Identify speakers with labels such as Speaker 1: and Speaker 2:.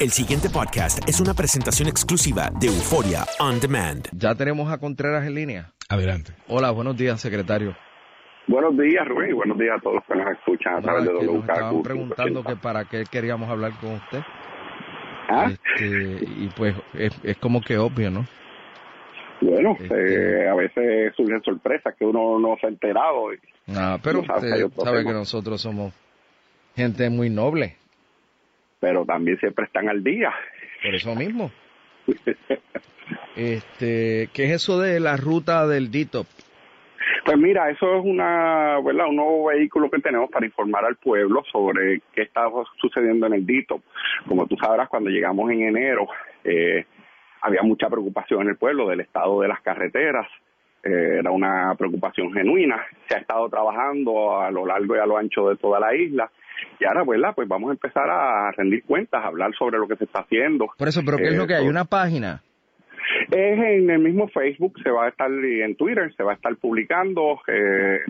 Speaker 1: El siguiente podcast es una presentación exclusiva de Euforia On Demand.
Speaker 2: Ya tenemos a Contreras en línea.
Speaker 3: Adelante.
Speaker 2: Hola, buenos días, secretario.
Speaker 4: Buenos días, Rubén, y buenos días a todos los que nos escuchan a
Speaker 2: No,
Speaker 4: través
Speaker 2: es
Speaker 4: de
Speaker 2: que nos estaban
Speaker 4: WKQ.
Speaker 2: preguntando que para qué queríamos hablar con usted.
Speaker 4: Ah,
Speaker 2: Este, y pues es, es como que obvio, ¿no?
Speaker 4: bueno,
Speaker 2: este-
Speaker 4: eh, a veces surgen sorpresas que uno no se ha enterado. y-
Speaker 2: Ah, pero
Speaker 4: No sabe,
Speaker 2: usted
Speaker 4: hay otro
Speaker 2: sabe
Speaker 4: tema.
Speaker 2: que nosotros somos gente muy noble,
Speaker 4: pero también siempre están al día.
Speaker 2: por eso mismo. Este, ¿qué es eso de la ruta del DITOP?
Speaker 4: Pues mira, eso es una, ¿verdad? un nuevo vehículo que tenemos para informar al pueblo sobre qué está sucediendo en el DITO. Como tú sabrás, cuando llegamos en enero, eh, había mucha preocupación en el pueblo del estado de las carreteras. Eh, era una preocupación genuina. Se ha estado trabajando a lo largo y a lo ancho de toda la isla. Y ahora, ¿verdad? Pues vamos a empezar a rendir cuentas, a hablar sobre lo que se está haciendo.
Speaker 2: Por eso, pero ¿qué es lo que hay?
Speaker 4: Eso.
Speaker 2: ¿Una página?
Speaker 4: Es en el mismo Facebook, se va a estar y en Twitter, se va a estar publicando. eh,